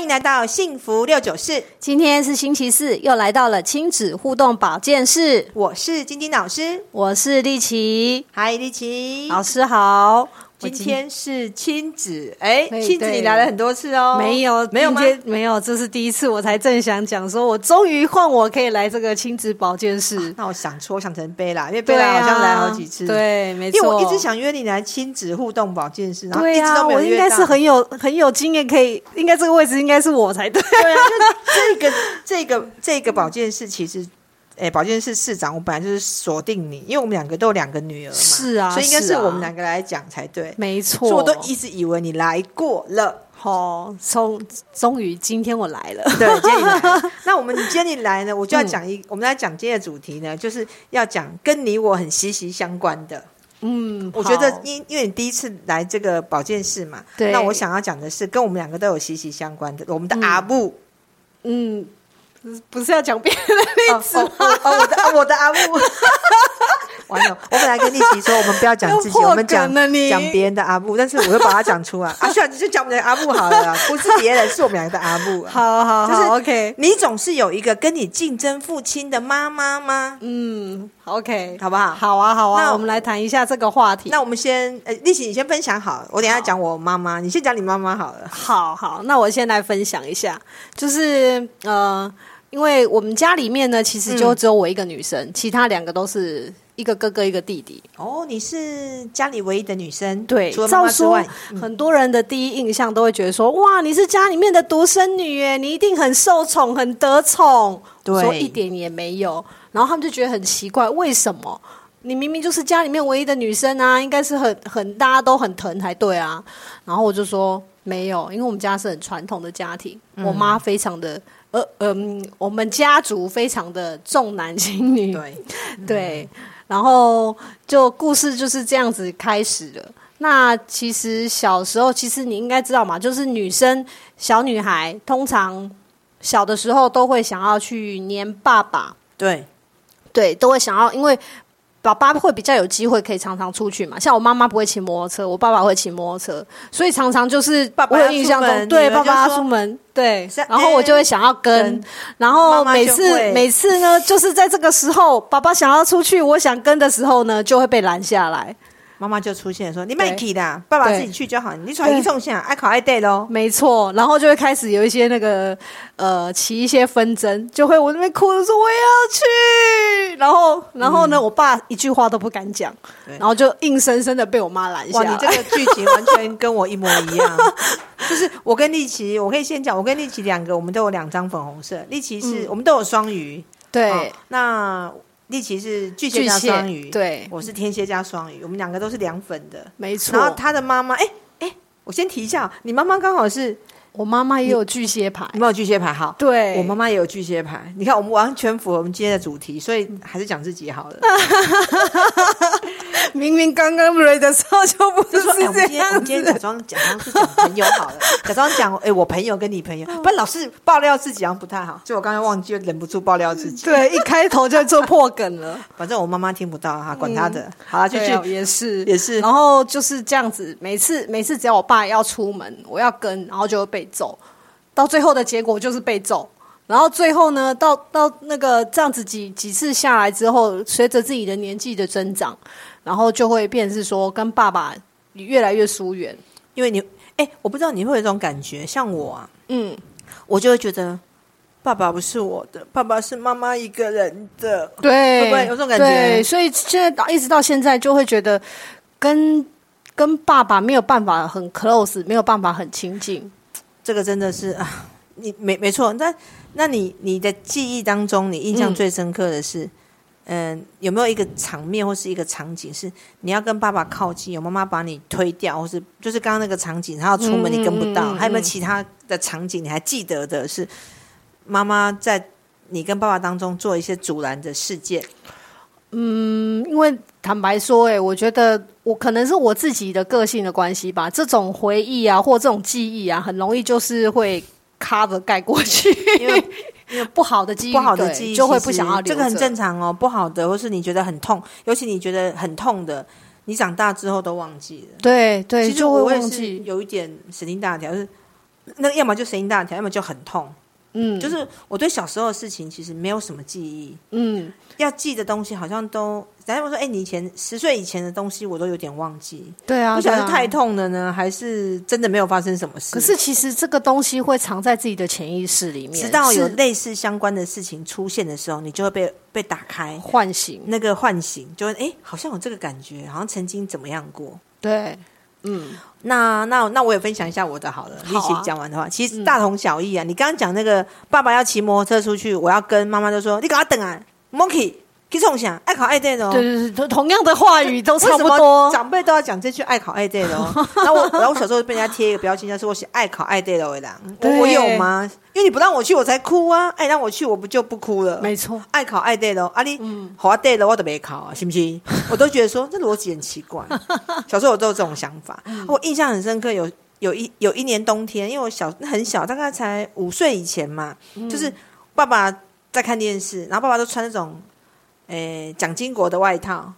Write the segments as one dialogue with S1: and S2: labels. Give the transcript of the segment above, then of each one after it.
S1: 迎来到幸福六九四，
S2: 今天是星期四，又来到了亲子互动保健室，
S1: 我是晶晶老师，
S2: 我是丽琪
S1: 嗨，丽琪
S2: 老师好。
S1: 今
S2: 我
S1: 天是亲子，哎，
S2: 对
S1: 亲子
S2: 对
S1: 你来了很多次哦，
S2: 没有
S1: 没有吗
S2: 今？天没有，这是第一次，我才正想讲说，我终于换我可以来这个亲子保健室。
S1: 那我想错，我想成贝拉，因为贝
S2: 啊对
S1: 拉
S2: 啊，
S1: 好像来好几次，，
S2: 对，没错，
S1: 因为我一直。想约你来亲子互动保健室，然后一
S2: 对
S1: 直
S2: 啊，
S1: 都没有
S2: 我应
S1: 约
S2: 该
S1: 到
S2: 是很有很有经验，可以应该这个位置应该是我才对。
S1: 对啊，就这个 这个这个保健室其实。哎，保健室室长，我本来就是锁定你，因为我们两个都有两个女儿嘛，
S2: 是啊
S1: 所以应该
S2: 是
S1: 是
S2: 啊
S1: 我们两个来讲才对。
S2: 没
S1: 所
S2: 错，
S1: 以我都一直以为你来过了。
S2: 哦，终终于今天我来了。
S1: 对，今天你 来。那我们今天你来呢，我
S2: 嗯
S1: 就要讲一，我们来讲今天的主题呢，就是要讲跟你我很息息相关的。
S2: 嗯，
S1: 我觉得
S2: 好
S1: 因因为你第一次来这个保健室嘛，
S2: 对
S1: 那我想要讲的是跟我们两个都有息息相关的，我们的阿 布，
S2: 嗯，不是要讲别人
S1: 哦哦哦哦我的哦我的阿布。 完了，我本来跟丽琪说，我们不要讲自己，
S2: 又破梗了
S1: 我们讲
S2: 你
S1: 讲别人的阿布，但是我又把它讲 出来。啊，算了，就讲我们的阿布好了啦，不是别人，是我们两个的阿布啊。
S2: 好好
S1: 就是
S2: 好，OK，
S1: 你总是有一个跟你竞争父亲的妈妈吗？
S2: 嗯，OK，
S1: 好不好？。
S2: 好啊，好
S1: 那
S2: 啊，我们来谈一下这个话题。
S1: 那我们先，呃，丽琪，你先分享好，我等一下讲我妈妈，你先讲你妈妈好了。
S2: 好好，那我先来分享一下，就是呃，因为我们家里面呢，其实
S1: 嗯
S2: 就只有我一个女生，其他两个都是一个哥哥一个弟弟。
S1: 哦，你是家里唯一的女生，
S2: 对，
S1: 除了妈
S2: 照
S1: 妈之
S2: 说嗯
S1: 外，
S2: 很多人的第一印象都会觉得说，哇，你是家里面的独生女耶，你一定很受宠，很得宠。
S1: 对
S2: 我说一点也没有，然后他们就觉得很奇怪，为什么？你明明就是家里面唯一的女生啊，应该是很很大家都很疼才对啊。然后我就说没有，因为我们家是很传统的家庭，我妈非常的呃嗯，我们家族非常的重男轻女，
S1: 对，
S2: 对，然后就故事就是这样子开始了。那其实小时候，其实你应该知道嘛，就是女生小女孩通常小的时候都会想要去黏爸爸，
S1: 对，
S2: 对，都会想要，因为爸爸会比较有机会可以常常出去嘛。像我妈妈不会骑摩托车，我爸爸会骑摩托车，所以常常就是
S1: 爸爸
S2: 我有
S1: 要
S2: 印
S1: 出
S2: 象
S1: 门
S2: 中，对，
S1: 女儿
S2: 爸
S1: 就
S2: 爸
S1: 说
S2: 要出门，对
S1: 是，啊
S2: 然后我就会想要跟
S1: 跟，
S2: 然后
S1: 妈妈
S2: 每
S1: 就
S2: 次
S1: 会
S2: 每次呢，就是在这个时候，爸爸想要出去，我想跟的时候呢，就会被拦下来。
S1: 妈妈就出现说：“你
S2: 对
S1: 卖去的，爸爸
S2: 对
S1: 自己去就好，你穿一送下，爱考爱戴喽。
S2: 没错，然后就会开始有一些那个呃起一些纷争，就会我那边哭着说我也要去，然后然后呢，我爸一句话都不敢讲，
S1: 对
S2: 然后就硬生生的被我妈拦”下
S1: 哇，你
S2: 来。
S1: 这个剧情完全跟我一模一 样。就是我跟丽琪，我可以先讲，我跟丽琪两个，我们都有两张粉红色。丽琪是、我们都有双鱼，
S2: 对、
S1: 哦那丽琪是巨蟹
S2: 巨
S1: 加
S2: 蟹
S1: 双鱼，
S2: 对
S1: 我是天蝎加双鱼，我们两个都是两粉的。
S2: 没错
S1: 然。后她的妈妈，哎哎，我先提一下，你妈妈刚好是
S2: 我妈妈也有巨蟹牌，
S1: 你没有巨蟹牌，好，
S2: 哎对
S1: 我妈妈也有巨蟹牌。你看，我们完全符合我们今天的主题，所以还是讲自己好了。
S2: 啊 明明刚刚 read 的时候就不
S1: 就说，哎，
S2: 是
S1: 我们
S2: 这
S1: 今天我们
S2: 样
S1: 今天假
S2: 子。
S1: 装假装是讲朋友 好了，假装讲，哎，我朋友跟你朋友，不然老是爆料自己好像不太好，所以我刚才忘记，忍不住爆料自己。
S2: 对，一开头就做破梗了。
S1: 反正我妈妈听不到哈，管她的。好了，继
S2: 对
S1: 续
S2: 啊。也是
S1: 也是
S2: 然后就是这样子，每次每次只要我爸要出门，我要跟，然后就会被揍，到最后的结果就是被揍。然后最后呢，到到那个这样子几几次下来之后，随着自己的年纪的增长，然后就会变成是说跟爸爸越来越疏远。
S1: 因为你，哎、我不知道你会有一种感觉，像我啊，
S2: 嗯，
S1: 我就会觉得爸爸不是我的，爸爸是妈妈一个人的。
S2: 对，
S1: 会不会有这种感觉
S2: 对，所以现在到一直到现在，就会觉得跟跟爸爸没有办法很 close，没有办法很亲近。
S1: 这个真的是啊，你没没错。那那你你的记忆当中，你印象最深刻的是，嗯、有没有一个场面或是一个场景是你要跟爸爸靠近，有妈妈把你推掉，或是就是刚刚那个场景，他要出门
S2: 嗯
S1: 你跟不到，
S2: 嗯嗯
S1: 还有没有其他的场景你还记得的是妈妈在你跟爸爸当中做一些阻拦的事 件？
S2: 嗯，因为坦白说、欸，我觉得我可能是我自己的个性的关系吧，这种回忆啊，或这种记忆啊，很容易就是会 cover 盖过去，
S1: 因为
S2: 因为不好的记忆，
S1: 不好的
S2: 对
S1: 记忆
S2: 就会
S1: 其实
S2: 不想要留着。
S1: 这个很正常哦。不好的，或是你觉得很痛，尤其你觉得很痛的，你长大之后都忘记了。
S2: 对对，
S1: 其实
S2: 就会
S1: 我也
S2: 忘
S1: 是
S2: 记。
S1: 有一点神经大条，就是那要么就神经大条，要么就很痛。
S2: 嗯，
S1: 就是我对小时候的事情其实没有什么记忆，
S2: 嗯，
S1: 要记的东西好像都，然后我说，哎、你以前十岁以前的东西我都有点忘记，
S2: 对啊，
S1: 不晓
S2: 对
S1: 得
S2: 啊
S1: 太痛了呢，还是真的没有发生什么事？
S2: 可是其实这个东西会藏在自己的潜意识里面，
S1: 直到有
S2: 是
S1: 类似相关的事情出现的时候，你就会被被打开
S2: 唤醒，
S1: 那个唤醒，就会哎、诶好像有这个感觉，好像曾经怎么样过。
S2: 对，嗯，
S1: 那那那我也分享一下我的好了，
S2: 好啊
S1: 一起讲完的话，其实大同小异啊。你刚刚讲那个爸爸要骑摩托车出去，我要跟妈妈就说：“你赶快等啊，monkey，去冲下，爱考爱对的哦。”
S2: 对对对，同样的话语都
S1: 为
S2: 差
S1: 什
S2: 不
S1: 么
S2: 多，
S1: 长辈都要讲这句“爱考爱对 的”哦。然后我，然后我小时候就被人家贴一个标签，叫做“我写爱考爱对的为郎”，我
S2: 对
S1: 我有吗？因为你不让我去，我才哭啊！哎，让我去，我不就不哭了？
S2: 没错，
S1: 爱考爱对的哦，啊你好啊对的，我都没考啊，是不是？我都觉得说这逻辑很奇怪。小时候我都有这种想法，我印象很深刻。有有一有一年冬天，因为我小很小，大概才五岁以前嘛，就是爸爸在看电视，然后爸爸都穿那种诶蒋经国的外套，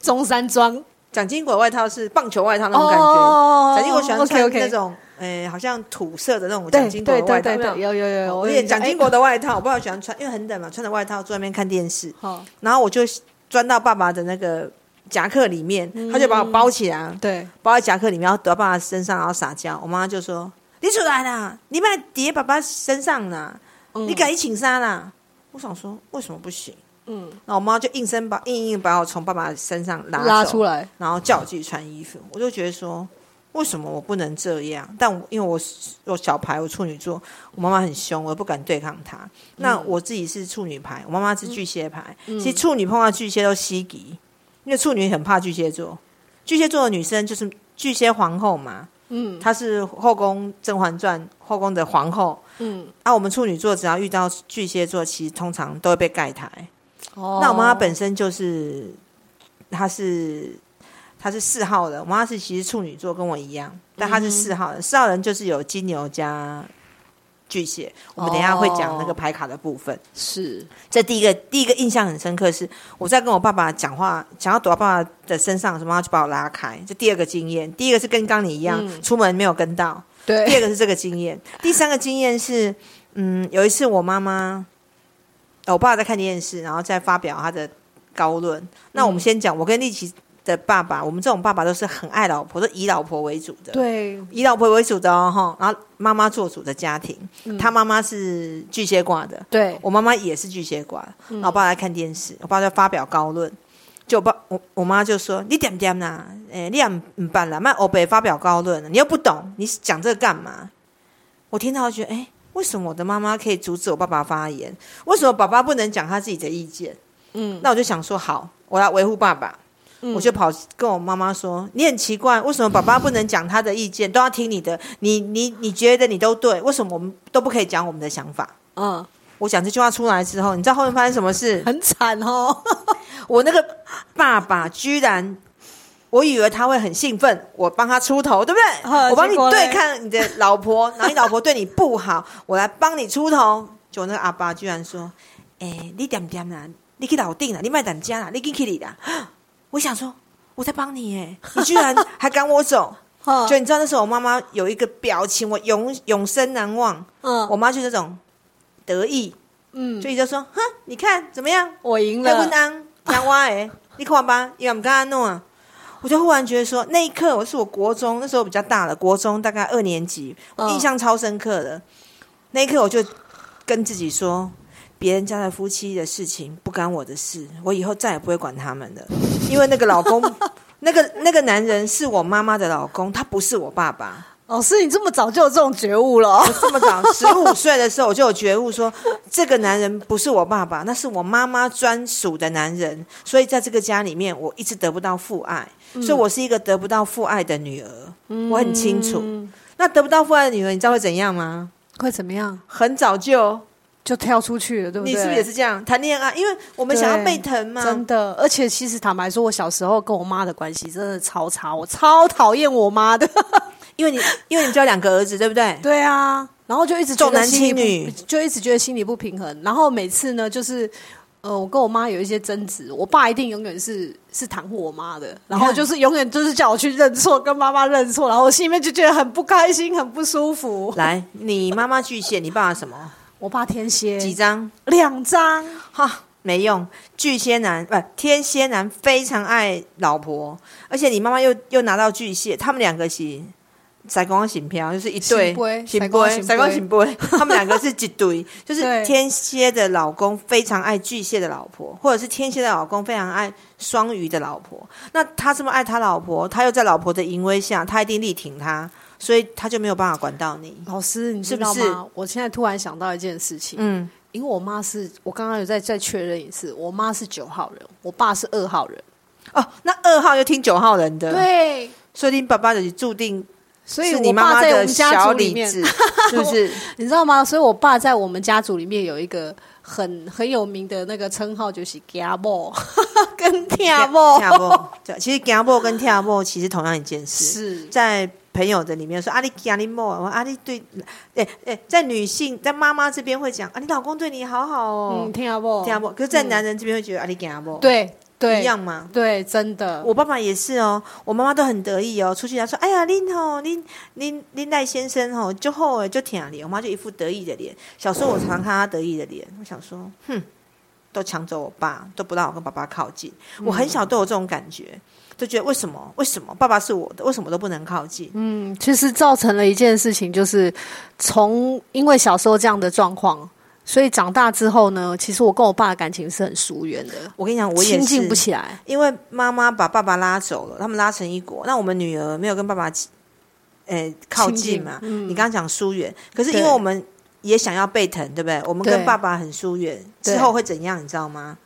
S2: 中山装
S1: 蒋经国外套是棒球外套那种感觉。
S2: 哦
S1: 蒋经国喜欢穿
S2: OK，OK
S1: 那种诶、好像土色的那种蒋
S2: 对
S1: 经国
S2: 对
S1: 的外
S2: 对
S1: 套
S2: 对，对，有哦有有有，哎
S1: 而
S2: 有
S1: 且
S2: 印
S1: 蒋
S2: 象
S1: 经国的外套，我爸爸喜欢穿，因为很冷嘛，穿着外套坐在那边看电视。
S2: 哎好，
S1: 然后我就钻到爸爸的那个夹克里面，
S2: 嗯
S1: 他就把我包起来，
S2: 对，
S1: 包在夹克里面，然后躲到爸爸身上，然后撒娇。我妈就说：“你出来啦，你把它叠爸爸身上啦，
S2: 嗯
S1: 你敢一请杀啦？”我想说为什么不行？
S2: 嗯，
S1: 然后我妈就硬生把硬硬把我从爸爸身上拉
S2: 拉
S1: 走
S2: 出来，
S1: 然后叫我自己穿衣服，我就觉得说，为什么我不能这样？但我因为我是我小牌，我处女座，我妈妈很凶，我不敢对抗她。
S2: 嗯
S1: 那我自己是处女牌，我妈妈是巨蟹牌。
S2: 嗯
S1: 其实处女碰到巨蟹都稀奇，因为处女很怕巨蟹座。巨蟹座的女生就是巨蟹皇后嘛，
S2: 嗯
S1: 她是后宫《甄嬛传》后宫的皇后。
S2: 嗯，
S1: 啊，我们处女座只要遇到巨蟹座，其实通常都会被盖台。
S2: 哦
S1: 那我妈妈本身就是，她是她是四号人，我妈是其实处女座跟我一样，但
S2: 嗯
S1: 她是四号人，四号人就是有金牛加巨蟹。我们等一下会讲那个
S2: 哦
S1: 牌卡的部分。
S2: 是
S1: 这第一个第一个印象很深刻是，我在跟我爸爸讲话，想要躲到爸爸的身上的时候，妈妈就把我拉开。这第二个经验，第一个是跟刚你一样，
S2: 嗯
S1: 出门没有跟到，第
S2: 对，
S1: 二个是这个经验，第三个经验是，嗯，有一次我妈妈，呃我爸爸在看电视，然后在发表他的高论。那我们先讲，我跟丽琪的爸爸，我们这种爸爸都是很爱老婆，都以老婆为主的，
S2: 对，
S1: 以老婆为主的哦，哈。然后妈妈做主的家庭，他妈妈是巨蟹挂的，
S2: 对，
S1: 我妈妈也是巨蟹挂，然后我爸在看电视，我爸在发表高论，就我爸我我妈就说你点不点啦，哎、你也唔办啦，卖欧北发表高论，你又不懂，你讲这个干嘛？我听到就觉得，哎、为什么我的妈妈可以阻止我爸爸发言？为什么爸爸不能讲他自己的意见？
S2: 嗯，
S1: 那我就想说，好，我来维护爸爸。我就跑跟我妈妈说：“你很奇怪，为什么爸爸不能讲他的意见，都要听你的？你你你觉得你都对，为什么我们都不可以讲我们的想法？”
S2: 嗯，？
S1: 我讲这句话出来之后，你知道后面发生什么事
S2: 很惨 哦，
S1: 我那个爸爸居然，我以为他会很兴奋，我帮他出头，对不对？
S2: 呵
S1: 我帮你
S2: 结果嘞
S1: 对抗你的老婆，然后你老婆对你不好，我来帮你出头。结果那个阿爸居然说：“哎、你点点啦，你去老定啦，你卖胆家啦，你去去你啦。” 我想说，我在帮你耶，你居然还赶我走。
S2: 嗯
S1: 就你知道那时候我妈妈有一个表情，我永永生难忘。
S2: 嗯，
S1: 我妈就那种得意，
S2: 嗯，
S1: 所以就说：“哼，你看怎么样？
S2: 我赢
S1: 在问
S2: 了，
S1: 安讲我诶， 你看吧，因为我们刚刚弄啊。”我就忽然觉得说，那一刻我是我国中那时候比较大了，国中大概二年级，我
S2: 嗯
S1: 印象超深刻的。那一刻我就跟自己说，别人家的夫妻的事情不干我的事，我以后再也不会管他们了，因为那个老 公，那个那个男人是我妈妈的老公，他不是我爸爸。
S2: 老师，哦你这么早就有这种觉悟了哦，
S1: 我这么早，十五岁的时候我就有觉悟说，这个男人不是我爸爸，那是我妈妈专属的男人。所以在这个家里面，我一直得不到父爱，所以我是一个得不到父爱的女儿。我很清楚。那得不到父爱的女儿，你知道会怎样吗？
S2: 会怎么样？
S1: 很早就，
S2: 就跳出去了，对不对？
S1: 你是不是也是这样谈恋爱？因为我们
S2: 对
S1: 想要被疼嘛
S2: 真。的，而且其实坦白说，我小时候跟我妈的关系真的超差，我超讨厌我妈的。
S1: 因为你，因为你只有两个儿子，对不对？
S2: 对啊，然后就一直觉
S1: 重
S2: 得
S1: 男
S2: 心里
S1: 轻女
S2: 不，就一直觉得心里不平衡。然后每次呢，就是呃，我跟我妈有一些争执，我爸一定永远是是袒护我妈的，然后就是永远就是叫我去认错，跟妈妈认错，然后我心里面就觉得很不开心，很不舒服。
S1: 来，你妈妈巨蟹，你爸爸什么？
S2: 我爸天蝎，
S1: 几张？
S2: 两张，
S1: 哈，没用。巨蟹男不、天蝎男非常爱老婆，而且你妈妈又又拿到巨蟹，他们两个是甩光行飘，就是一对
S2: 行
S1: 行
S2: 杯甩光行
S1: 杯
S2: 杯
S1: 甩光行杯， 他们两个是一对，就是
S2: 对
S1: 天蝎的老公非常爱巨蟹的老婆，或者是天蝎的老公非常爱双鱼的老婆。那他这么爱他老婆，他又在老婆的淫威下，他一定力挺他，所以他就没有办法管到你。
S2: 老师，你
S1: 是
S2: 知
S1: 不
S2: 道
S1: 是
S2: 吗？我现在突然想到一件事情，
S1: 嗯，
S2: 因为我妈是我刚刚有再再确认一次，我妈是九号人，我爸是二号人，
S1: 哦，那二号又听九号人的，，
S2: 对，
S1: 所以你爸爸就注定
S2: 所以
S1: 是
S2: 我
S1: 你妈
S2: 爸
S1: 妈
S2: 在我
S1: 的
S2: 们家
S1: 小
S2: 族里
S1: 李
S2: 面
S1: 子，是不是？
S2: 你知道吗？所以我爸在我们家族里面有一个很很有名的那个称号，就是“ g a b o 跟“听某
S1: 跳步，对，其实夹步跟跳步其实同样一件”事，
S2: 是
S1: 在朋友的里面说阿里夹你莫，我阿里对，哎哎，在女性在妈妈这边会讲啊，你老公对你好好哦
S2: 嗯，“听某”，
S1: 跳步，可是，在男人这边会觉得啊阿里夹步，
S2: 对对
S1: 一样嘛。
S2: 对，真的，
S1: 我爸爸也是哦，我妈妈都很得意哦，出去她说：“哎呀，林吼，林林林赖先生吼，就厚哎，就挺脸。”我妈就一副得意的脸。小时候我常看她得意的脸，我想说，哼，都抢走我爸，都不让我跟爸爸靠近。
S2: 嗯
S1: 我很小都有这种感觉，就觉得为什么为什么爸爸是我的，为什么都不能靠近？
S2: 嗯，其实造成了一件事情，就是从因为小时候这样的状况，所以长大之后呢，其实我跟我爸的感情是很疏远的，
S1: 我跟你讲，我也
S2: 亲近
S1: 是
S2: 不，起来。
S1: 因为妈妈把爸爸拉走了，他们拉成一国。那我们女儿没有跟爸爸，呃，靠
S2: 亲
S1: 近
S2: 近
S1: 嘛。
S2: 嗯
S1: 你刚刚讲疏远，可是因为
S2: 对
S1: 我们也想要被疼，对不对？我们
S2: 对
S1: 跟爸爸很疏远，
S2: 对嗯
S1: 之后会怎样？你知道吗？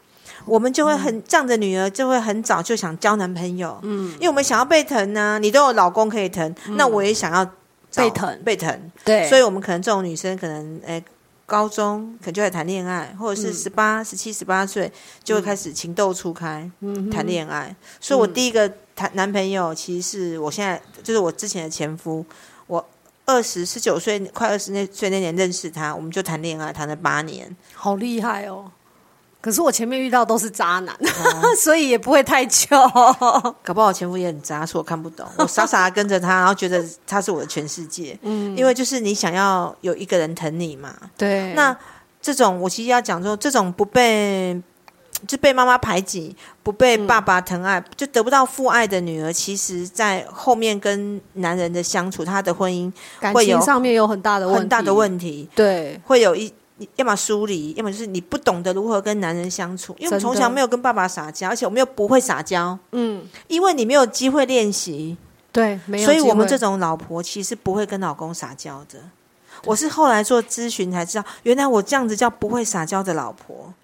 S1: 我们就会很、这样的女儿，就会很早就想交男朋友，嗯，因为我们想要被疼呢、你都有老公可以疼，那我也想要找
S2: 嗯被疼
S1: 被疼，
S2: 对，
S1: 所
S2: 以
S1: 以我们可能这种女生，可能诶、高中可能就在谈恋爱，或者是十八、十七、十八岁就会开始情窦初开，谈恋爱。所以我第一个谈男朋友，其实是我现在就是我之前的前夫，我二十十九岁快二十那岁那年认识他，我们就谈恋爱，谈了八年。
S2: 好厉害哦。可是我前面遇到都是渣男， 所以也不会太久。
S1: 搞不好我前夫也很渣，是我看不懂，我傻傻的跟着他，然后觉得他是我的全世界。嗯，因为就是你想要有一个人疼你嘛，
S2: 对啊
S1: 那这种我其实要讲说，这种不被就被妈妈排挤，不被爸爸疼
S2: 嗯
S1: 爱，就得不到父爱的女儿，其实在后面跟男人的相处，她的婚姻
S2: 感
S1: 会有
S2: 情上面有很大的问题，
S1: 很大的问题，
S2: 对
S1: 会有一。要么疏离，要么就是你不懂得如何跟男人相处，因为我们
S2: 真的
S1: 从小没有跟爸爸撒娇，而且我们又不会撒娇，
S2: 嗯，
S1: 因为你没有机会练习，
S2: 对，没有
S1: 所以
S2: 机
S1: 我们
S2: 会
S1: 这种老婆其实不会跟老公撒娇的。我是后来做咨询才知道，原来我这样子叫不会撒娇的老婆。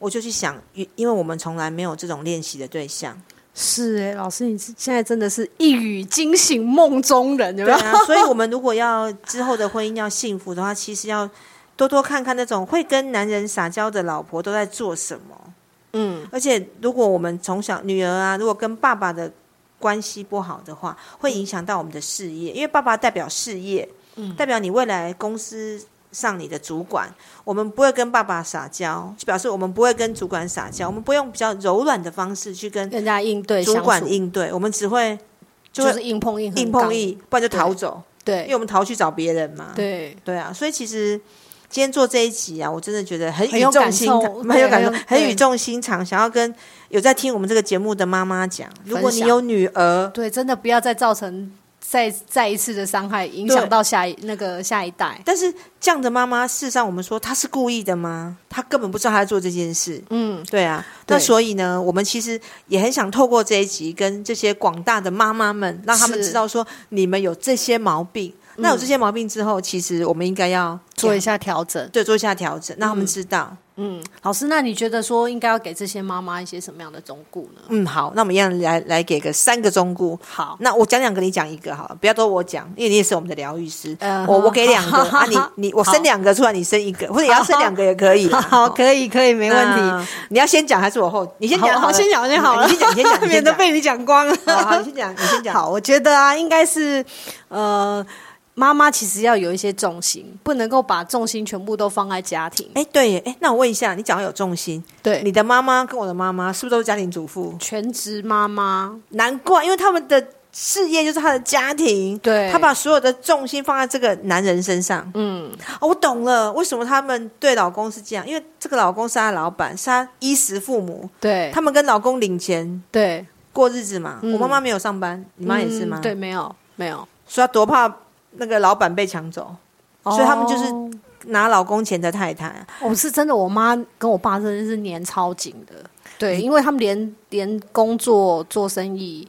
S1: 我就去想，因因为我们从来没有这种练习的对象，
S2: 是哎、老师，你是现在真的是一语惊醒梦中人，有没
S1: 对
S2: 有？
S1: 啊， 所以我们如果要之后的婚姻要幸福的话，其实要多多看看那种会跟男人撒娇的老婆都在做什么。
S2: 嗯，
S1: 而且，如果我们从小女儿啊，如果跟爸爸的关系不好的话，会影响到我们的事业，因为爸爸代表事业，
S2: 嗯
S1: 代表你未来公司上你的主管。我们不会跟爸爸撒娇，就表示我们不会跟主管撒娇，我们不会用比较柔软的方式去跟
S2: 人家应对
S1: 主
S2: 相
S1: 管
S2: 处
S1: 应对，我们只会就
S2: 就
S1: 会
S2: 是硬碰硬，
S1: 硬碰
S2: 很
S1: 硬，不然就逃走，
S2: 刚，
S1: 因
S2: 对
S1: 为我们逃去找别人嘛。
S2: 对，
S1: 对啊，所以其实今天做这一集啊，我真的觉得很
S2: 很
S1: 语
S2: 有
S1: 重
S2: 感
S1: 心
S2: 受
S1: 长，
S2: 对
S1: 很有感
S2: 很
S1: 受
S2: 有，
S1: 很
S2: 对
S1: 语重心长，想要跟有在听我们这个节目的妈妈讲，如果你
S2: 享
S1: 有女儿，
S2: 对，真的不要再造成再再一次的伤害，影
S1: 对
S2: 响到下一那个下一代。
S1: 但是这样的妈妈，事实上我们说她是故意的吗？她根本不知道她在做这件事。
S2: 嗯，
S1: 对啊，那
S2: 对
S1: 所以呢，我们其实也很想透过这一集，跟这些广大的妈妈们，让他们
S2: 是嗯
S1: 知道说，你们有这些毛病。那有这些毛病之后，其实我们应该要
S2: 做一下调整。
S1: 对做一下调整，让他们知道。
S2: 嗯，老师，那你觉得说应该要给这些妈妈一些什么样的忠告呢？
S1: 嗯，好，那我们一样来来给个三个忠告。
S2: 好，
S1: 那我讲两个，你讲一个好了，不要都我讲，因为你也是我们的疗愈师。
S2: 嗯
S1: 我我给两个啊，你你我
S2: 好
S1: 生两个出来，你生一个，或者你要生两个也可以啦。
S2: 好，可以，可以，没
S1: 没
S2: 问题。。
S1: 你要先讲还是我后？你先
S2: 好
S1: 讲
S2: 好，
S1: 了，
S2: 先讲先好了，
S1: 你先讲，你先讲，你
S2: 免
S1: 先
S2: 得
S1: 讲。
S2: 被你讲光了。
S1: 好好，你先讲，你先讲。
S2: 好，我觉得啊，应该是呃，妈妈其实要有一些重心，不能够把重心全部都放在家庭。
S1: 哎，对耶，哎，那我问一下，你讲到有重心，
S2: 对
S1: 你的妈妈跟我的妈妈是不是都是家庭主妇？
S2: 全职妈妈，
S1: 难怪，因为他们的事业就是他的家庭，
S2: 对
S1: 他把所有的重心放在这个男人身上。
S2: 嗯，
S1: 哦，我懂了，为什么他们对老公是这样？因为这个老公是他老板，是他衣食父母，
S2: 对，
S1: 他们跟老公领钱
S2: 对，
S1: 过日子嘛。
S2: 嗯
S1: 我妈妈没有上班，你妈也是吗？
S2: 嗯对，，没有，没有，
S1: 所以她多怕那个老板被抢走，所以他们就是
S2: 哦
S1: 拿老公钱的太太。
S2: 我、哦是真的，我妈跟我爸真的是黏超紧的。对，因为他们连连工作做生意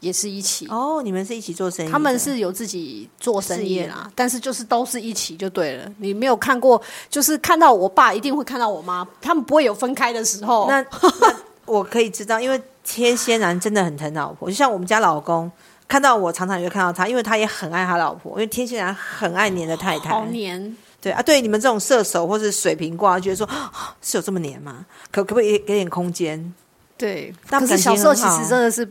S2: 也是一起，
S1: 哦，你们是一起做生意的，
S2: 他们是有自己做生意
S1: 事业
S2: 啦，但是就是都是一起就对了。你没有看过，就是看到我爸一定会看到我妈，他们不会有分开的时候。
S1: 那那我可以知道，因为天蝎男真的很疼老婆，就像我们家老公看到我，常常也会看到他，因为他也很爱他老婆，因为天蝎男很爱黏着太太。
S2: 好黏，
S1: 对啊，对你们这种射手或是水瓶挂，觉得说、啊是有这么黏吗？可可不可以给点空间？
S2: 对。
S1: 但
S2: 可是
S1: 感情
S2: 小时候
S1: 很
S2: 其
S1: 好啊
S2: 实真的是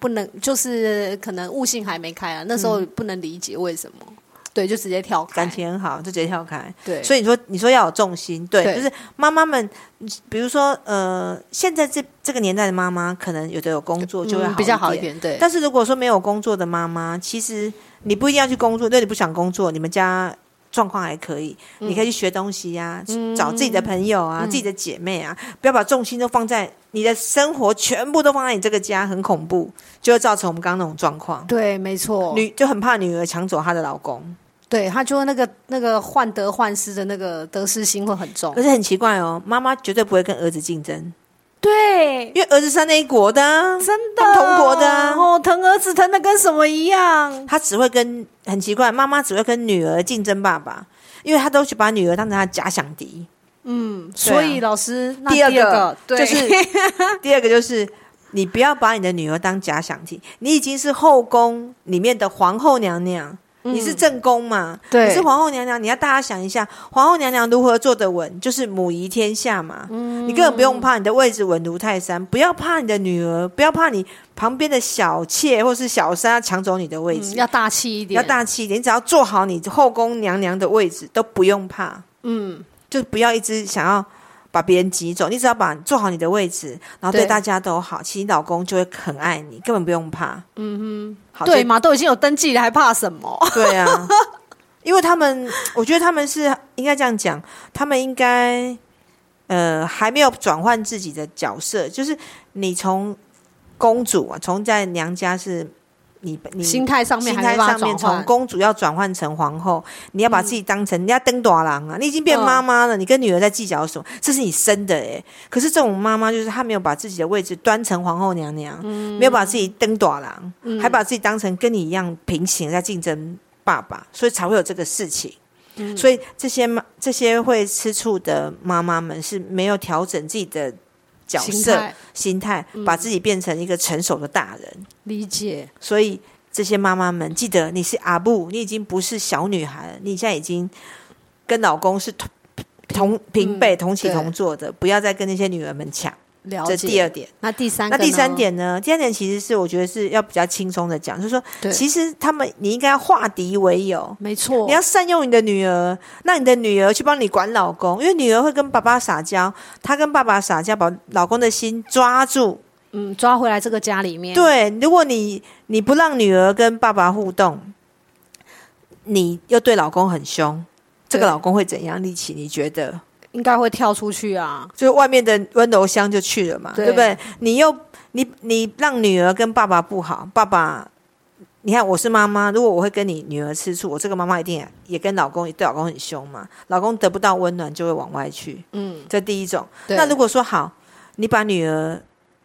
S2: 不能，就是可能悟性还没开啊，那时候不能理解为什么，对，就直接跳开。
S1: 嗯感情很好，就直接跳开。
S2: 对，
S1: 所以你说，你说要有重心，对，
S2: 对
S1: 就是妈妈们，比如说，呃，现在这这个年代的妈妈，可能有的有工作就会好、
S2: 嗯比较好一。点，对。
S1: 但是如果说没有工作的妈妈，其实你不一定要去工作，对你不想工作，你们家状况还可以，你可以去学东西呀、找自己的朋友啊、自己的姐妹啊，不要把重心都放在你的生活，全部都放在你这个家，很恐怖，就会造成我们刚刚那种状况。
S2: 对，没错，
S1: 女就很怕女儿抢走她的老公，
S2: 对她就那个那个患得患失的那个得失心会很重
S1: 可。是很奇怪哦，妈妈绝对不会跟儿子竞争，
S2: 对，
S1: 因为儿子是他那一国的、啊，
S2: 真
S1: 的
S2: 同国的、
S1: 啊
S2: 哦，疼儿子疼的跟什么一样。
S1: 他只会跟很奇怪，妈妈只会跟女儿竞争爸爸，因为他都去把女儿当成他假想敌。
S2: 嗯，所以老师，那
S1: 第
S2: 第
S1: 二个
S2: 对
S1: 就是第二个就是，你不要把你的女儿当假想敌，你已经是后宫里面的皇后娘娘，你是正宫嘛？
S2: 对
S1: 你是皇后娘娘，你要大家想一下，皇后娘娘如何坐得稳，就是母仪天下嘛。你根本不用怕你的位置稳如泰山，不要怕你的女儿，不要怕你旁边的小妾或是小三要抢走你的位
S2: 嗯
S1: 置。
S2: 要大气一点，
S1: 要大气一点，你只要做好你后宫娘娘的位置，都不用怕。
S2: 嗯，
S1: 就不要一直想要把别人挤走，你只要把做好你的位置，然后对
S2: 对
S1: 大家都好，其实你老公就会很爱你，根本不用怕。嗯哼，好，
S2: 对
S1: 这
S2: 嘛，都已经有登记了，还怕什么？
S1: 对啊，因为他们，我觉得他们是应该这样讲，他们应该呃还没有转换自己的角色，就是你从公主啊，从在娘家是你你
S2: 心态上面
S1: 心
S2: 还
S1: 态
S2: 没办
S1: 上
S2: 法
S1: 面，
S2: 转
S1: 从
S2: 换，
S1: 公主要转换成皇后，你要把自己当成人家登短郎啊！你已经变
S2: 嗯
S1: 妈妈了，你跟女儿在计较什么？这是你生的哎、可是这种妈妈就是她没有把自己的位置端成皇后娘娘，
S2: 嗯
S1: 没有把自己登短郎，还把自己当成跟你一样平行在竞争爸爸，所以才会有这个事情。
S2: 嗯
S1: 所以这些妈这些会吃醋的妈妈们是没有调整自己的角
S2: 心
S1: 色
S2: 态嗯
S1: 心态，把自己变成一个成熟的大人。
S2: 理解，
S1: 所以这些妈妈们，记得你是阿布，你已经不是小女孩了，你现在已经跟老公是同同平辈、同起
S2: 嗯对
S1: 同坐的，不要再跟那些女儿们抢。
S2: 了
S1: 这
S2: 解。
S1: 第二点。
S2: 那第三
S1: 那
S2: 个呢，
S1: 第三点呢？第三点其实是我觉得是要比较轻松的讲，就是说，
S2: 对哦
S1: 其实他们你应该要化敌为友。
S2: 没错，
S1: 你要善用你的女儿，让你的女儿去帮你管老公，因为女儿会跟爸爸撒娇，她跟爸爸撒娇，把老公的心抓住，
S2: 嗯抓回来这个家里面，
S1: 对，如果你你不让女儿跟爸爸互动，你又对老公很凶，这个
S2: 对
S1: 老公会怎样力气？你觉得？
S2: 应该会跳出去啊。
S1: 就是外面的温柔乡就去了嘛，对
S2: 对
S1: 不对？你又你你让女儿跟爸爸不好，爸爸。你看，我是妈妈，如果我会跟你女儿吃醋，我这个妈妈一定也也跟老公对老公很凶嘛，老公得不到温暖就会往外去，
S2: 嗯，
S1: 这第一种。
S2: 对
S1: 那如果说好，你把女儿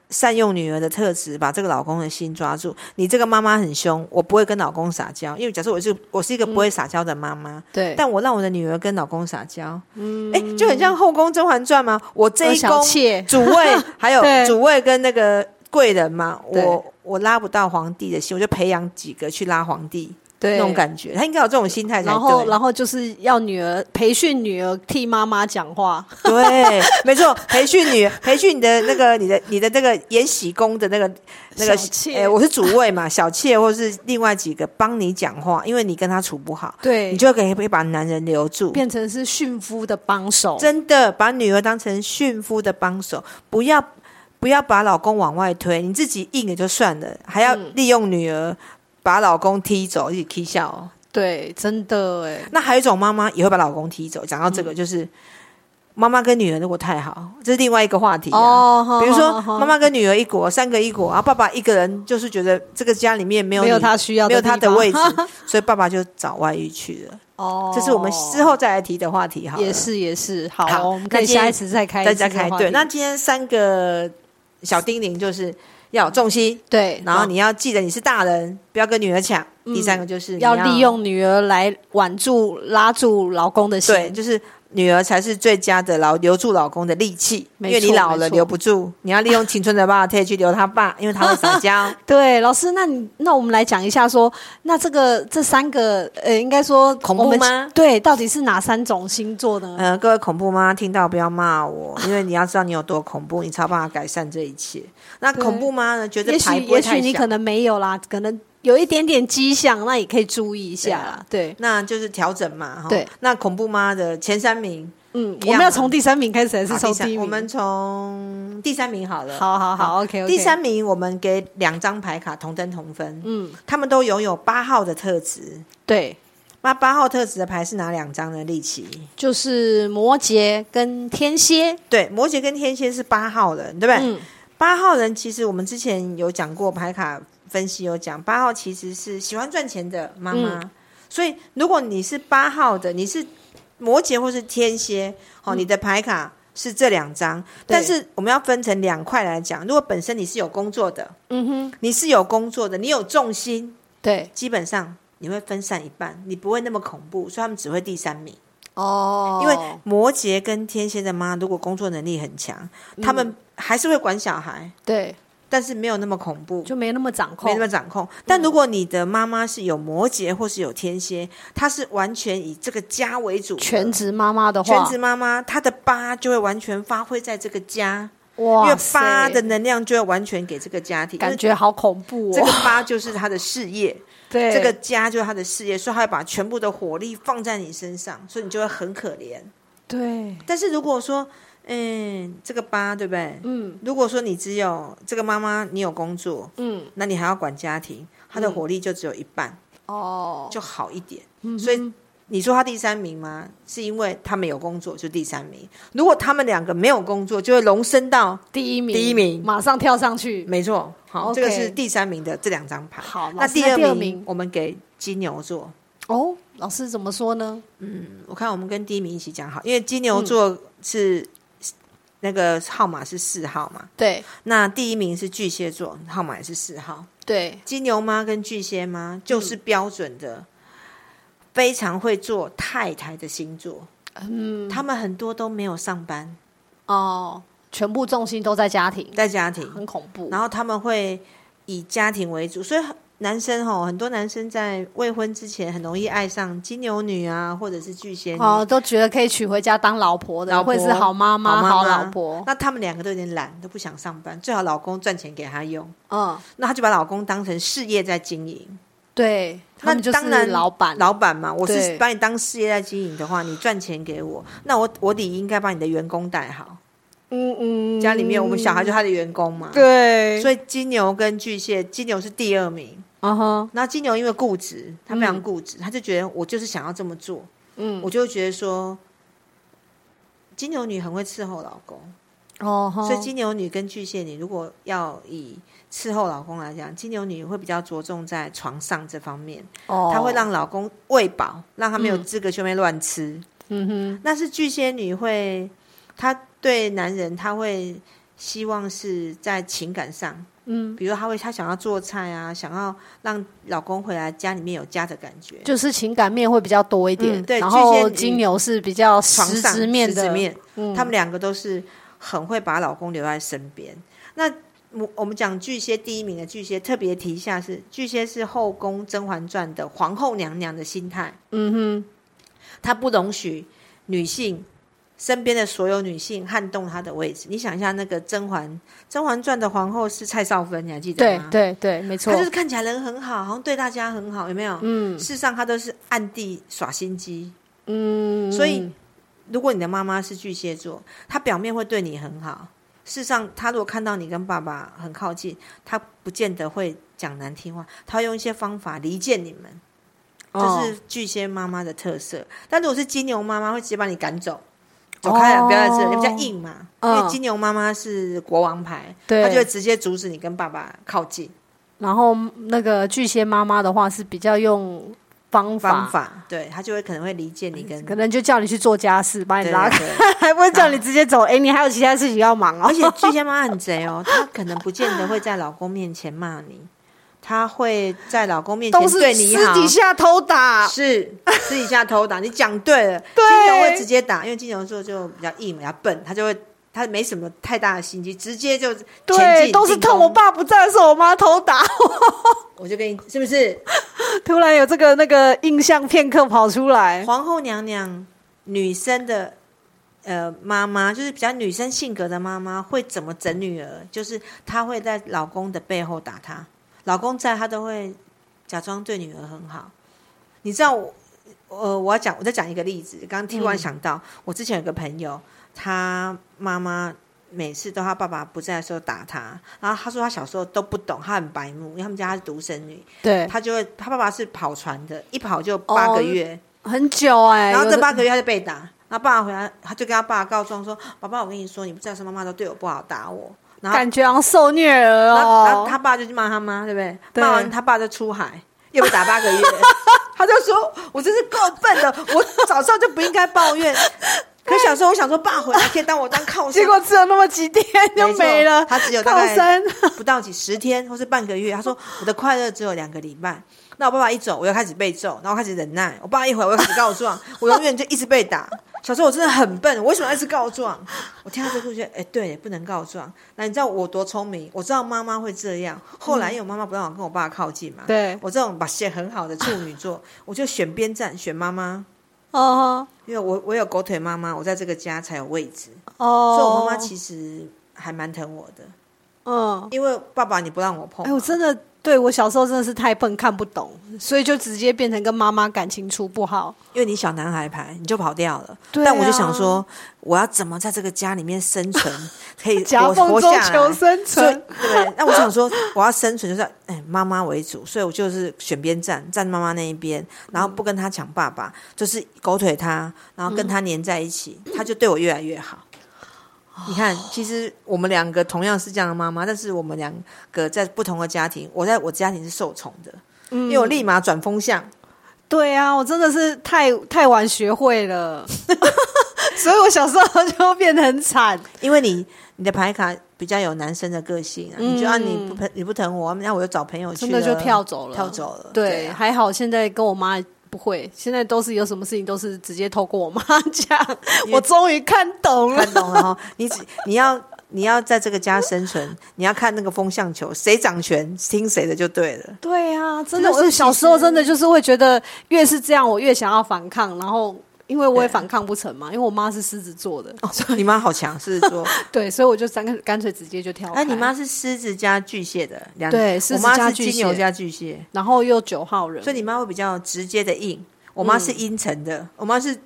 S1: 善用女儿的特质，把这个老公的心抓住。你这个妈妈很凶，我不会跟老公撒娇，因为假设我是我是一个不会撒娇的妈妈，
S2: 嗯对，
S1: 但我让我的女儿跟老公撒娇，嗯，哎，就很像《后宫甄嬛传》吗？我这
S2: 有
S1: 一
S2: 小
S1: 宫
S2: 妾，
S1: 主位还 有
S2: 对
S1: 主位跟那个贵人嘛，
S2: 对
S1: 我我拉不到皇帝的心，我就培养几个去拉皇帝。
S2: 对
S1: 那种感觉，他应该有这种心态才
S2: 然后，
S1: 对。
S2: 然后就是要女儿培训女儿替妈妈讲话，
S1: 对，没错，培训你，培训你的那个，你的你的那个延禧宫的那个那个
S2: 小，妾
S1: 哎，我是主位嘛，小妾或是另外几个帮你讲话，因为你跟他处不好，
S2: 对
S1: 你就可以可以把男人留住。
S2: 变成是驯夫的帮手。
S1: 真的把女儿当成驯夫的帮手，不要不要把老公往外推，你自己硬也就算了，还要利用女儿把老公踢走，一起踢笑、哦。
S2: 对，真的哎，
S1: 那还有一种妈妈也会把老公踢走。讲到这
S2: 嗯
S1: 个，就是、妈妈跟女儿如果太好，这是另外一个话题、啊。
S2: 哦
S1: 比如说，
S2: 好好好
S1: 妈妈跟女儿一国，三个一国，然后爸爸一个人，就是觉得这个家里面没有
S2: 没有
S1: 你
S2: 他需要
S1: 没有他的
S2: 地方
S1: 位置，所以爸爸就找外遇去了。
S2: 哦，
S1: 这是我们之后再来提的话题好了，
S2: 也是也是好，
S1: 好
S2: 我们
S1: 那
S2: 可以
S1: 今天
S2: 下一次再开
S1: 大
S2: 一
S1: 家
S2: 次
S1: 开
S2: 这个话题
S1: 对。那今天三个小叮咛就是要有重心，
S2: 对，
S1: 然后你要记得你是大人，不要跟女儿抢。
S2: 嗯
S1: 第三个就是你
S2: 要利用女儿来挽住拉住老公的心，
S1: 对，就是女儿才是最佳的老留住老公的利器，因
S2: 没
S1: 为你
S2: 错
S1: 老
S2: 没
S1: 了
S2: 错
S1: 留不住，你要利用青春的爸特去留他爸，因为他会撒娇。
S2: 对，老师，那你那我们来讲一下说，那这个这三个呃，应该说
S1: 恐怖
S2: 我们
S1: 吗
S2: 对，到底是哪三种星座呢？
S1: 呃，各位恐怖妈听到不要骂我，因为你要知道你有多恐怖，你才有办法改善这一切。那
S2: 对
S1: 恐怖妈呢，觉得
S2: 也
S1: 牌
S2: 许
S1: 不会
S2: 也
S1: 太
S2: 许你
S1: 小
S2: 可能没有啦，可能有一点点迹象，那也可以注意一下啦。对，
S1: 那就是调整嘛，哈。
S2: 对
S1: 那恐怖妈的前三名
S2: 嗯，
S1: 一
S2: 我
S1: 样
S2: 们要
S1: 啊
S2: 从第三名开始，还是
S1: 好
S2: 从
S1: 第三
S2: 一名？
S1: 我们从第三名好了。
S2: 好好好，OK，
S1: 第，三名我们给两张牌卡同登同分，
S2: 嗯，
S1: 他们都拥有八号的特质。
S2: 对，
S1: 那八号特质的牌是哪两张呢？利奇，
S2: 就是摩羯跟天蝎，
S1: 对，摩羯跟天蝎是八号人，对不对？
S2: 嗯，
S1: 八、号人其实我们之前有讲过牌卡分析有讲，八号其实是喜欢赚钱的妈妈，
S2: 嗯
S1: 所以如果你是八号的，你是摩羯或是天蝎，
S2: 嗯
S1: 哦，你的牌卡是这两张，但是我们要分成两块来讲。如果本身你是有工作的，
S2: 嗯哼，
S1: 你是有工作的，你有重心，
S2: 对，
S1: 基本上你会分散一半，你不会那么恐怖，所以他们只会第三名。
S2: 哦，
S1: 因为摩羯跟天蝎的妈，如果工作能力很强，
S2: 嗯
S1: 他们还是会管小孩，
S2: 对，
S1: 但是没有那么恐怖。
S2: 就没那么掌
S1: 没
S2: 控嗯
S1: 那，么掌控，但如果你的妈妈是有摩羯或是有天蝎，她是完全以这个家为主的，
S2: 全职妈妈的
S1: 全
S2: 话
S1: 职，妈妈，她的八就会完全发挥在这个家，因
S2: 哇
S1: 为
S2: 塞
S1: 八的能量就会完全给这个家庭，
S2: 感觉好恐
S1: 因
S2: 怖哦，
S1: 为这个八就是她的事业，
S2: 对
S1: 这个家就是她的事业，所以她会把全部的火力放在你身上，所以你就会很可怜。
S2: 对，
S1: 但是如果说，嗯，这个八对不对？
S2: 嗯
S1: 如果说你只有这个妈妈，你有工作，
S2: 嗯，
S1: 那你还要管家庭，她的火力就只有一半，
S2: 哦，
S1: 就好一点。
S2: 嗯
S1: 所以你说她第三名吗？是因为他们有工作就第三名。如果他们两个没有工作，就会荣升到
S2: 第一名，
S1: 第一名
S2: 马上跳上去，
S1: 没错。好，
S2: OK
S1: 这个是第三名的这两张牌。
S2: 好
S1: 那
S2: 老师
S1: 第
S2: 那第二
S1: 名
S2: 名
S1: 我们给金牛座。
S2: 哦，老师怎么说呢？
S1: 我看我们跟第一名一起讲好，因为金牛
S2: 嗯
S1: 座是、那个号码是四号嘛。
S2: 对
S1: 那第一名是巨蟹座，号码也是四号。
S2: 对，
S1: 金牛妈跟巨蟹妈
S2: 嗯
S1: 就是标准的、非常会做太太的星座，
S2: 嗯，
S1: 他们很多都没有上班，
S2: 哦，全部重心都在家庭，
S1: 在家庭，
S2: 很恐怖。
S1: 然后他们会以家庭为主，所以男生吼，很多男生在未婚之前很容易爱上金牛女啊，或者是巨蟹女。
S2: 哦，都觉得可以娶回家当老婆的，
S1: 老婆
S2: 会是好妈
S1: 好
S2: 妈、
S1: 妈妈
S2: 好老婆。
S1: 那他们两个都有点懒，都不想上班，最好老公赚钱给她用。
S2: 嗯，
S1: 那她就把老公当成事业在经营，
S2: 对，他们就
S1: 当然
S2: 是老板。
S1: 啊老板嘛，我是
S2: 对
S1: 把你当事业在经营的话，你赚钱给我，那我我理应该把你的员工带好。
S2: 嗯嗯
S1: 家里面我们小孩就他的员工嘛，
S2: 对，
S1: 所以金牛跟巨蟹，金牛是第二名。
S2: 嗯哼，
S1: 然后金牛因为固执，他非常固执，他就觉得我就是想要这么做，
S2: 嗯，
S1: 我就会觉得说，金牛女很会伺候老公，
S2: 哦，
S1: 所以金牛女跟巨蟹女如果要以伺候老公来讲，金牛女会比较着重在床上这方面，
S2: 哦，
S1: 她会让老公喂饱，让他没有
S2: 嗯
S1: 资格去外面乱吃。
S2: 嗯哼，
S1: 那是巨蟹女会，她对男人，她会希望是在情感上，
S2: 嗯，
S1: 比如她会她想要做菜啊，想要让老公回来家里面有家的感觉，
S2: 就是情感面会比较多一点
S1: 嗯。对
S2: 然
S1: 巨蟹
S2: 后
S1: 女
S2: 金牛是比较
S1: 床
S2: 实
S1: 上
S2: 质面
S1: 实质
S2: 的，
S1: 面，
S2: 嗯
S1: 他们两个都是很会把老公留在身边。那我我们讲巨蟹第一名的巨蟹，特别提一下是巨蟹是后宫《甄嬛传》的皇后娘娘的心态，
S2: 嗯
S1: 她不容许女性身边的所有女性撼动她的位置。你想一下，那个甄嬛《甄嬛传》的皇后是蔡少芬，你还记
S2: 哼，
S1: 得
S2: 对
S1: 吗？
S2: 对对，没错
S1: 她就，是看起来人很好，好像对大家很好，有没有？
S2: 嗯
S1: 事实上，她都是暗地耍心机。
S2: 嗯，
S1: 所以，如果你的妈妈是巨蟹座，她表面会对你很好，事实上，她如果看到你跟爸爸很靠近，她不见得会讲难听话，她会用一些方法离间你们，
S2: 哦
S1: 这是巨蟹妈妈的特色。但如果是金牛妈妈，会直接把你赶走。走开了，
S2: 哦
S1: 不要在这里，比较硬嘛。
S2: 嗯
S1: 因为金牛妈妈是国王牌，
S2: 对
S1: 她就会直接阻止你跟爸爸靠近。
S2: 然后那个巨蟹妈妈的话是比较用方法，哎
S1: 方法，对她就会可能会离间你跟
S2: 可能就叫你去做家事，把你
S1: 对
S2: 拉
S1: 对
S2: 开，
S1: 对
S2: 还不会叫你直 接走。哎，你还有其他事情要忙哦
S1: 而。且巨蟹妈很贼哦，她可能不见得会在老公面前骂你，她会在老公面前
S2: 都是
S1: 对你
S2: 私
S1: 好，
S2: 底下偷打，
S1: 是私底下偷打。你讲对了，
S2: 对
S1: 金牛会直接打，因为金牛座就比较硬，比较笨，他就会他没什么太大的心机，直接就前
S2: 对，
S1: 进
S2: 都是
S1: 进
S2: 趁
S1: 攻
S2: 我爸不在的时候，我妈偷打。
S1: 我就跟你是不是
S2: 突然有这个那个印象片刻跑出来，
S1: 皇后娘娘女生的呃妈妈，就是比较女生性格的妈妈会怎么整女儿？就是她会在老公的背后打她，老公在她都会假装对女儿很好。你知道我呃，我要讲我再讲一个例子，刚刚听完
S2: 嗯
S1: 想到，我之前有个朋友，她妈妈。每次都她爸爸不在的时候打她，然后她说她小时候都不懂，她很白目，因为他们家是独生女，
S2: 对，
S1: 她就会她爸爸是跑船的，一跑就八个
S2: 哦
S1: 月，
S2: 很久哎、
S1: 然后
S2: 有
S1: 这
S2: 的
S1: 八个月他就被打，然后爸爸回来，他就跟他爸告状说：“爸爸，我跟你说，你不知道是妈妈都对我不好，打我。”然后，
S2: 感觉好像受虐儿
S1: 然后然后
S2: 哦。
S1: 他爸就去骂他妈，对不对？
S2: 对
S1: 骂完他爸就出海，又被打八 个月。他就说：“我真是够笨的，我早上就不应该抱 怨。”可小时候我想说，爸回来可以当我当靠山
S2: 结，果只有那么几天就
S1: 没错
S2: 没了，
S1: 他只有大
S2: 靠
S1: 概
S2: 山，
S1: 不到几十天或是半个月，他说我的快乐只有两个礼拜。那我爸爸一走，我又开始被揍，然后开始忍耐。我爸一回来，我又开始告 状，我永远就一直被打。小时候我真的很笨，我为什么要一直告状？我听到这个故事，哎，对，不能告状。那你知道我多聪明？我知道妈妈会这样。后来因为我妈妈不让我跟我爸靠近嘛，
S2: 对，
S1: 我这种把线很好的处女座，我就选边站，选妈妈，
S2: 哦
S1: 因为我我有狗腿妈妈，我在这个家才有位置。
S2: 哦，
S1: 所以我妈妈其实还蛮疼我的，
S2: 嗯，
S1: 因为爸爸你不让我碰
S2: 哎、，我真的对我小时候真的是太笨，看不懂，所以就直接变成跟妈妈感情处不好。
S1: 因为你小男孩牌，你就跑掉了。
S2: 对啊
S1: 但我就想说，我要怎么在这个家里面生存， 可以
S2: 夹
S1: 活
S2: 缝
S1: 活
S2: 中
S1: 下
S2: 求
S1: 来？
S2: 生
S1: 所以
S2: 存，
S1: 对，那我想说，我要生存就是要哎妈妈为主，所以我就是选边站，站妈妈那一边，
S2: 嗯
S1: 然后不跟他抢爸爸，就是狗腿他，然后跟他黏在一 起，他就对我越来越好。
S2: 哦
S1: 你看，其实我们两个同样是这样的妈妈，但是我们两个在不同的家庭，我在我家庭是受宠的，
S2: 嗯
S1: 因为我立马转风向，
S2: 对啊，我真的是太太晚学会了， 所以我小时候就变得很惨。
S1: 因为你你的牌卡比较有男生的个性啊，
S2: 嗯
S1: 你就按你不疼你不疼我，那我就找朋友去
S2: 真
S1: 了，
S2: 的就跳走了
S1: 跳走了，
S2: 对，
S1: 对啊
S2: 还好现在跟我妈不会，现在都是有什么事情都是直接透过我妈讲，我终于看懂 了。
S1: 看懂了哈，你只你要。你要在这个家生存，你要看那个风向球，谁掌权听谁的就对了。
S2: 对啊，真的，
S1: 就是
S2: 我
S1: 其
S2: 小时候
S1: 实
S2: 真的就是会觉得越是这样，我越想要反抗，然后因为我也
S1: 对啊
S2: 反抗不成嘛，因为我妈是狮子座的，
S1: 哦，你妈好强，狮子 座。
S2: 对，所以我就干干脆直接就跳开。
S1: 哎，你妈是狮子加巨蟹的，两
S2: 对狮
S1: 我
S2: 子
S1: 妈
S2: 加
S1: 是
S2: 巨蟹
S1: 金牛加巨蟹，
S2: 然后又九号人，
S1: 所以你妈会比较直接的硬。我妈是阴沉的，我妈是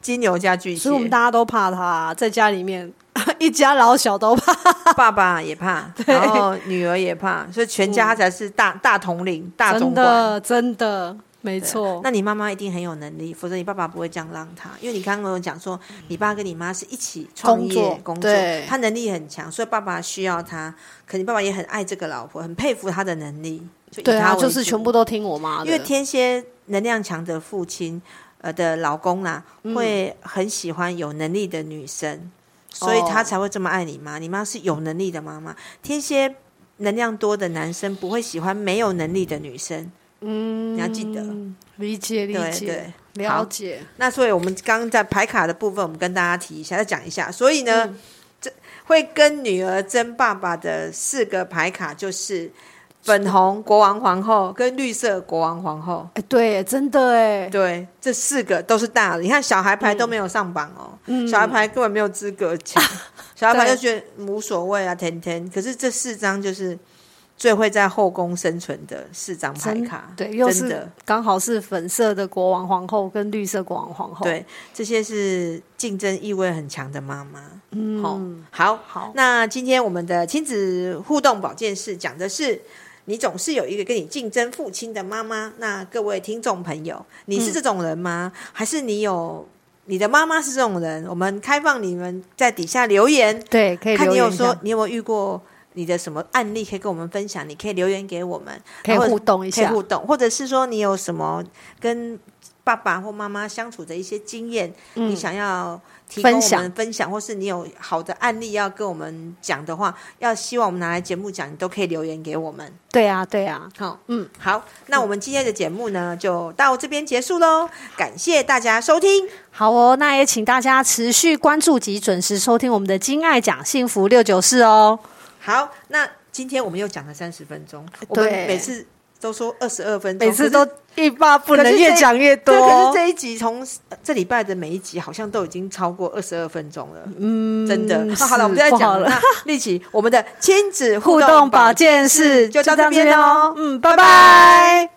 S1: 金牛加巨蟹
S2: 所以我，们大家都怕他、在家里面 一家老小都怕。
S1: 爸爸也怕，然后女儿也怕，所以全家才是大、大统领、大总
S2: 真
S1: 管。
S2: 的，真的，没错。
S1: 那你妈妈一定很有能力，否则你爸爸不会这样让她。因为你刚刚跟我讲说，你爸跟你妈是一起创业
S2: 嗯工作
S1: 工作
S2: 对
S1: 他能力很强，所以爸爸需要他。可你爸爸也很爱这个老婆，很佩服她的能力，就以
S2: 对啊，
S1: 她为主
S2: 就是全部都听我妈的，
S1: 因为天蝎能量强的父亲，呃的老公啦、
S2: 嗯
S1: 会很喜欢有能力的女生，
S2: 哦
S1: 所以他才会这么爱你妈。你妈是有能力的妈妈，天蝎能量多的男生不会喜欢没有能力的女生。嗯，你要记得。
S2: 理解理
S1: 对
S2: 解
S1: 对，
S2: 了解，嗯
S1: 那所以我们刚刚在排卡的部分，我们跟大家提一下，再讲一下。所以呢，这会跟女儿争爸爸的四个牌卡就是粉红国王皇后跟绿色国王皇后。
S2: 哎，对，真的哎，嗯
S1: 对，这四个都是大的。你看小孩牌都没有上榜哦，小孩牌根本没有资格 抢，小孩牌就觉得无所谓啊，天天。可是这四张就是最会在后宫生存的四张牌
S2: 真
S1: 卡，
S2: 对，又
S1: 真
S2: 是
S1: 的
S2: 刚好是粉色的国王皇后跟绿色国王皇后，，
S1: 对，这些是竞争意味很强的妈妈。
S2: 嗯，
S1: 好，
S2: 好，
S1: 那今天我们的亲子互动保健室讲的是，你总是有一个跟你竞争父亲的妈妈。那各位听众朋友，你是这种人吗？
S2: 嗯
S1: 还是你有你的妈妈是这种人？我们开放你们在底下留言，
S2: 对，可以
S1: 看
S2: 留
S1: 你
S2: 言
S1: 有
S2: 一
S1: 说
S2: 下，
S1: 你有没有遇过你的什么案例可以跟我们分享？你可以留言给我们，
S2: 可以
S1: 或者
S2: 互动一
S1: 可以
S2: 下
S1: 互，动，或者是说你有什么跟爸爸或妈妈相处的一些经验，你想要提供
S2: 嗯分
S1: 我
S2: 享
S1: 们分享，或是你有好的案例要跟我们讲的话，要希望我们拿来节目讲，你都可以留言给我们。
S2: 对啊，对啊，
S1: 好，
S2: 嗯，
S1: 好，那我们今天的节目呢，就到这边结束喽，感谢大家收听，
S2: 好哦，那也请大家持续关注及准时收听我们的《金爱讲幸福六九四》哦。
S1: 好，那今天我们又讲了三十分钟，我们每次都说二十二分钟，
S2: 每次都欲罢不
S1: 可
S2: 能，
S1: 是这
S2: 越讲越多
S1: 对，。可是这一集从呃这礼拜的每一集好像都已经超过二十二分钟了，嗯，真的。
S2: 是
S1: 好好了，我们再
S2: 不好
S1: 讲
S2: 了
S1: 那立奇，我们的亲子
S2: 互
S1: 动
S2: 动保健室
S1: 就到这边
S2: 哦
S1: 喽，
S2: 嗯，拜
S1: 拜
S2: 拜
S1: 拜